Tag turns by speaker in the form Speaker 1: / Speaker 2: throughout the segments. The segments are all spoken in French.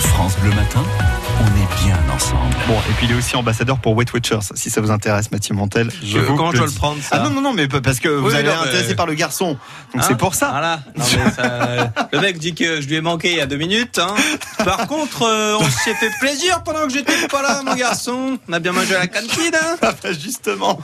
Speaker 1: France Bleu Matin, on est bien ensemble.
Speaker 2: Bon, et puis il est aussi ambassadeur pour Weight Watchers, si ça vous intéresse, Mathieu Montel.
Speaker 3: Je veux- comment je dois le
Speaker 2: dis.
Speaker 3: prendre, ça
Speaker 2: Ah non, non, non, mais p- parce que vous
Speaker 3: Oui,
Speaker 2: avez
Speaker 3: non, mais-
Speaker 2: intéressé par le garçon. Donc
Speaker 3: Hein
Speaker 2: c'est pour ça.
Speaker 3: Voilà. Non, mais ça- le mec dit que je lui ai manqué il y a deux minutes. hein. Par contre, euh, on s'est fait plaisir pendant que j'étais pas là, mon garçon. On a bien mangé à la cantine. hein.
Speaker 2: Ah bah justement,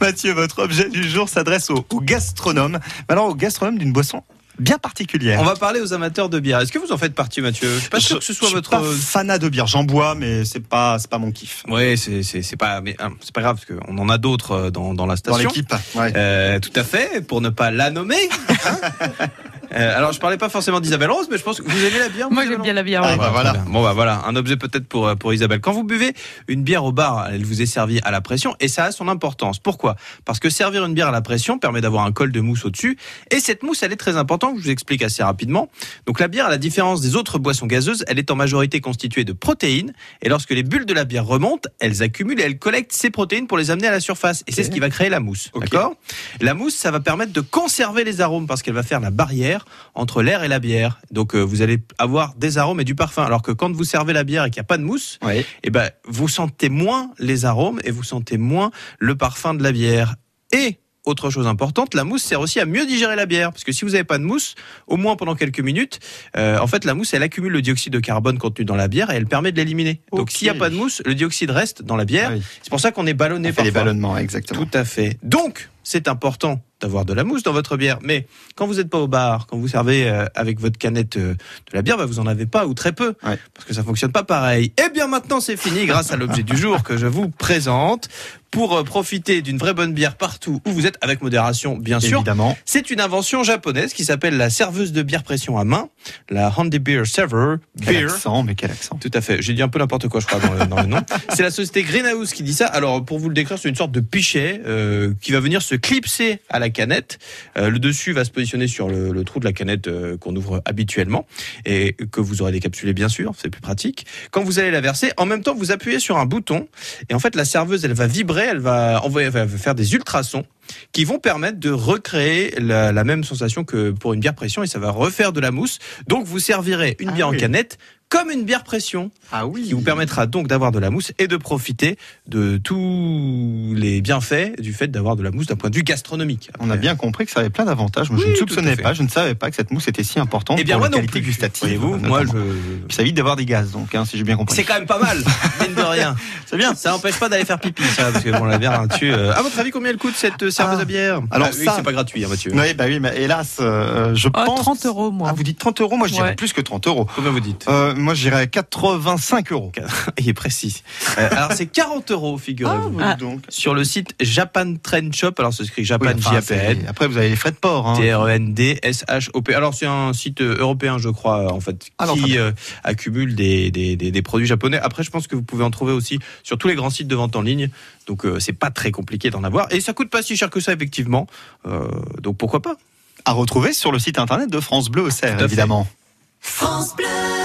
Speaker 2: Mathieu, votre objet du jour s'adresse au, au gastronome. Mais alors, au gastronome d'une boisson bien particulière.
Speaker 3: On va parler aux amateurs de bière. Est-ce que vous en faites partie, Mathieu Je suis pas sûr que ce soit
Speaker 2: je suis
Speaker 3: votre. euh,
Speaker 2: pas fanat de bière, j'en bois, mais c'est pas, c'est pas mon kiff.
Speaker 3: Ouais, c'est c'est c'est pas mais hein, c'est pas grave parce qu'on en a d'autres euh, dans dans la
Speaker 2: Dans
Speaker 3: station.
Speaker 2: l'équipe, ouais.
Speaker 3: Euh, tout à fait, pour ne pas la nommer. hein. Euh, alors, je parlais pas forcément d'Isabelle Rose, mais je pense que vous aimez la bière.
Speaker 4: Moi,
Speaker 3: Isabelle
Speaker 4: j'aime
Speaker 3: Rose
Speaker 4: bien la bière.
Speaker 2: Ah,
Speaker 4: ouais.
Speaker 2: bah,
Speaker 3: très
Speaker 2: voilà.
Speaker 3: bien. Bon bah voilà, un objet peut-être pour, euh, pour Isabelle. Quand vous buvez une bière au bar, elle vous est servie à la pression et ça a son importance. Pourquoi Parce que servir une bière à la pression permet d'avoir un col de mousse au-dessus et cette mousse elle est très importante, je vous explique assez rapidement. Donc la bière, à la différence des autres boissons gazeuses, elle est en majorité constituée de protéines et lorsque les bulles de la bière remontent, elles accumulent et elles collectent ces protéines pour les amener à la surface et c'est ce qui va créer la mousse.
Speaker 2: Ok.
Speaker 3: D'accord la mousse, ça va permettre de conserver les arômes parce qu'elle va faire la barrière entre l'air et la bière. Donc euh, vous allez avoir des arômes et du parfum. Alors que quand vous servez la bière et qu'il n'y a pas de mousse,
Speaker 2: Ouais.
Speaker 3: eh ben, vous sentez moins les arômes et vous sentez moins le parfum de la bière. Et autre chose importante, la mousse sert aussi à mieux digérer la bière. Parce que si vous n'avez pas de mousse, au moins pendant quelques minutes, euh, en fait, la mousse, elle accumule le dioxyde de carbone contenu dans la bière et elle permet de l'éliminer. Donc
Speaker 2: Ok.
Speaker 3: s'il n'y a pas de mousse, le dioxyde reste dans la bière.
Speaker 2: Ah oui.
Speaker 3: C'est pour ça qu'on est ballonné
Speaker 2: On fait les
Speaker 3: parfois.
Speaker 2: ballonnements, exactement.
Speaker 3: Tout à fait. Donc, c'est important d'avoir de la mousse dans votre bière. Mais quand vous n'êtes pas au bar, quand vous servez euh, avec votre canette euh, de la bière, bah, vous n'en avez pas ou très peu.
Speaker 2: Ouais.
Speaker 3: Parce que ça fonctionne pas pareil. Eh bien, maintenant, c'est fini grâce à l'objet du jour que je vous présente. Pour euh, profiter d'une vraie bonne bière partout où vous êtes, avec modération, bien sûr.
Speaker 2: Évidemment.
Speaker 3: C'est une invention japonaise qui s'appelle la serveuse de bière pression à main, la Handy Beer Server.
Speaker 2: Quel
Speaker 3: Beer.
Speaker 2: accent, mais quel accent.
Speaker 3: Tout à fait. J'ai dit un peu n'importe quoi, je crois, dans le, dans le nom. C'est la société Greenhouse qui dit ça. Alors, pour vous le décrire, c'est une sorte de pichet euh, qui va venir se clipser à la canette. Euh, le dessus va se positionner sur le, le trou de la canette euh, qu'on ouvre habituellement et que vous aurez décapsulé, bien sûr. C'est plus pratique. Quand vous allez la verser, en même temps, vous appuyez sur un bouton et en fait, la serveuse, elle va vibrer, elle va envoyer, elle va faire des ultrasons qui vont permettre de recréer la, la même sensation que pour une bière pression et ça va refaire de la mousse. Donc, vous servirez une
Speaker 2: Ah
Speaker 3: bière
Speaker 2: oui.
Speaker 3: en canette comme une bière pression
Speaker 2: Ah oui.
Speaker 3: qui vous permettra donc d'avoir de la mousse et de profiter de tous les bienfaits du fait d'avoir de la mousse d'un point de vue gastronomique.
Speaker 2: On a bien compris que ça avait plein d'avantages. Moi, je
Speaker 3: Oui,
Speaker 2: ne
Speaker 3: tout à
Speaker 2: soupçonnais
Speaker 3: fait.
Speaker 2: pas, je ne savais pas que cette mousse était si importante
Speaker 3: Et Eh bien
Speaker 2: pour
Speaker 3: moi
Speaker 2: la
Speaker 3: non
Speaker 2: qualité
Speaker 3: plus.
Speaker 2: gustative.
Speaker 3: Voyez-vous,
Speaker 2: notamment.
Speaker 3: moi je
Speaker 2: Puis ça évite d'avoir des gaz, donc, hein, si j'ai bien compris.
Speaker 3: c'est quand même pas mal, mine de rien.
Speaker 2: C'est bien.
Speaker 3: Ça n'empêche pas d'aller faire pipi, ça, parce que bon, la bière, hein, tu. euh, À votre avis, combien elle coûte cette euh, serveuse
Speaker 2: Ah.
Speaker 3: à bière
Speaker 2: Alors
Speaker 3: Ah oui,
Speaker 2: ça-
Speaker 3: c'est pas gratuit, hein, Mathieu.
Speaker 2: Oui, bah oui, mais hélas, euh, je
Speaker 4: Ah,
Speaker 2: pense.
Speaker 4: 30 euros, moi.
Speaker 2: Ah, vous dites 30 euros, moi je dirais
Speaker 4: Ouais.
Speaker 2: plus que 30 euros.
Speaker 3: Combien vous dites
Speaker 2: Euh, moi je dirais 85 euros.
Speaker 3: Il est précis. Euh, alors c'est 40 euros, figurez-vous.
Speaker 4: Ah.
Speaker 2: donc.
Speaker 3: Sur le site Japan Trend Shop, alors ça s'écrit
Speaker 2: Oui,
Speaker 3: Japan
Speaker 2: enfin,
Speaker 3: J-A-P-A-N,
Speaker 2: c'est- Après vous avez les frais de port. hein.
Speaker 3: E T-R-E-N-D-S-H-O-P. Alors, c'est un site euh, européen, je crois, euh, en fait,
Speaker 2: Alors, très
Speaker 3: qui euh, accumule des, des, des, des produits japonais. Après, je pense que vous pouvez en trouver aussi sur tous les grands sites de vente en ligne. Donc, euh, c'est pas très compliqué d'en avoir. Et ça coûte pas si cher que ça, effectivement. Euh, donc, pourquoi pas
Speaker 2: À retrouver sur le site internet de France Bleu au
Speaker 3: Tout à fait.
Speaker 2: évidemment.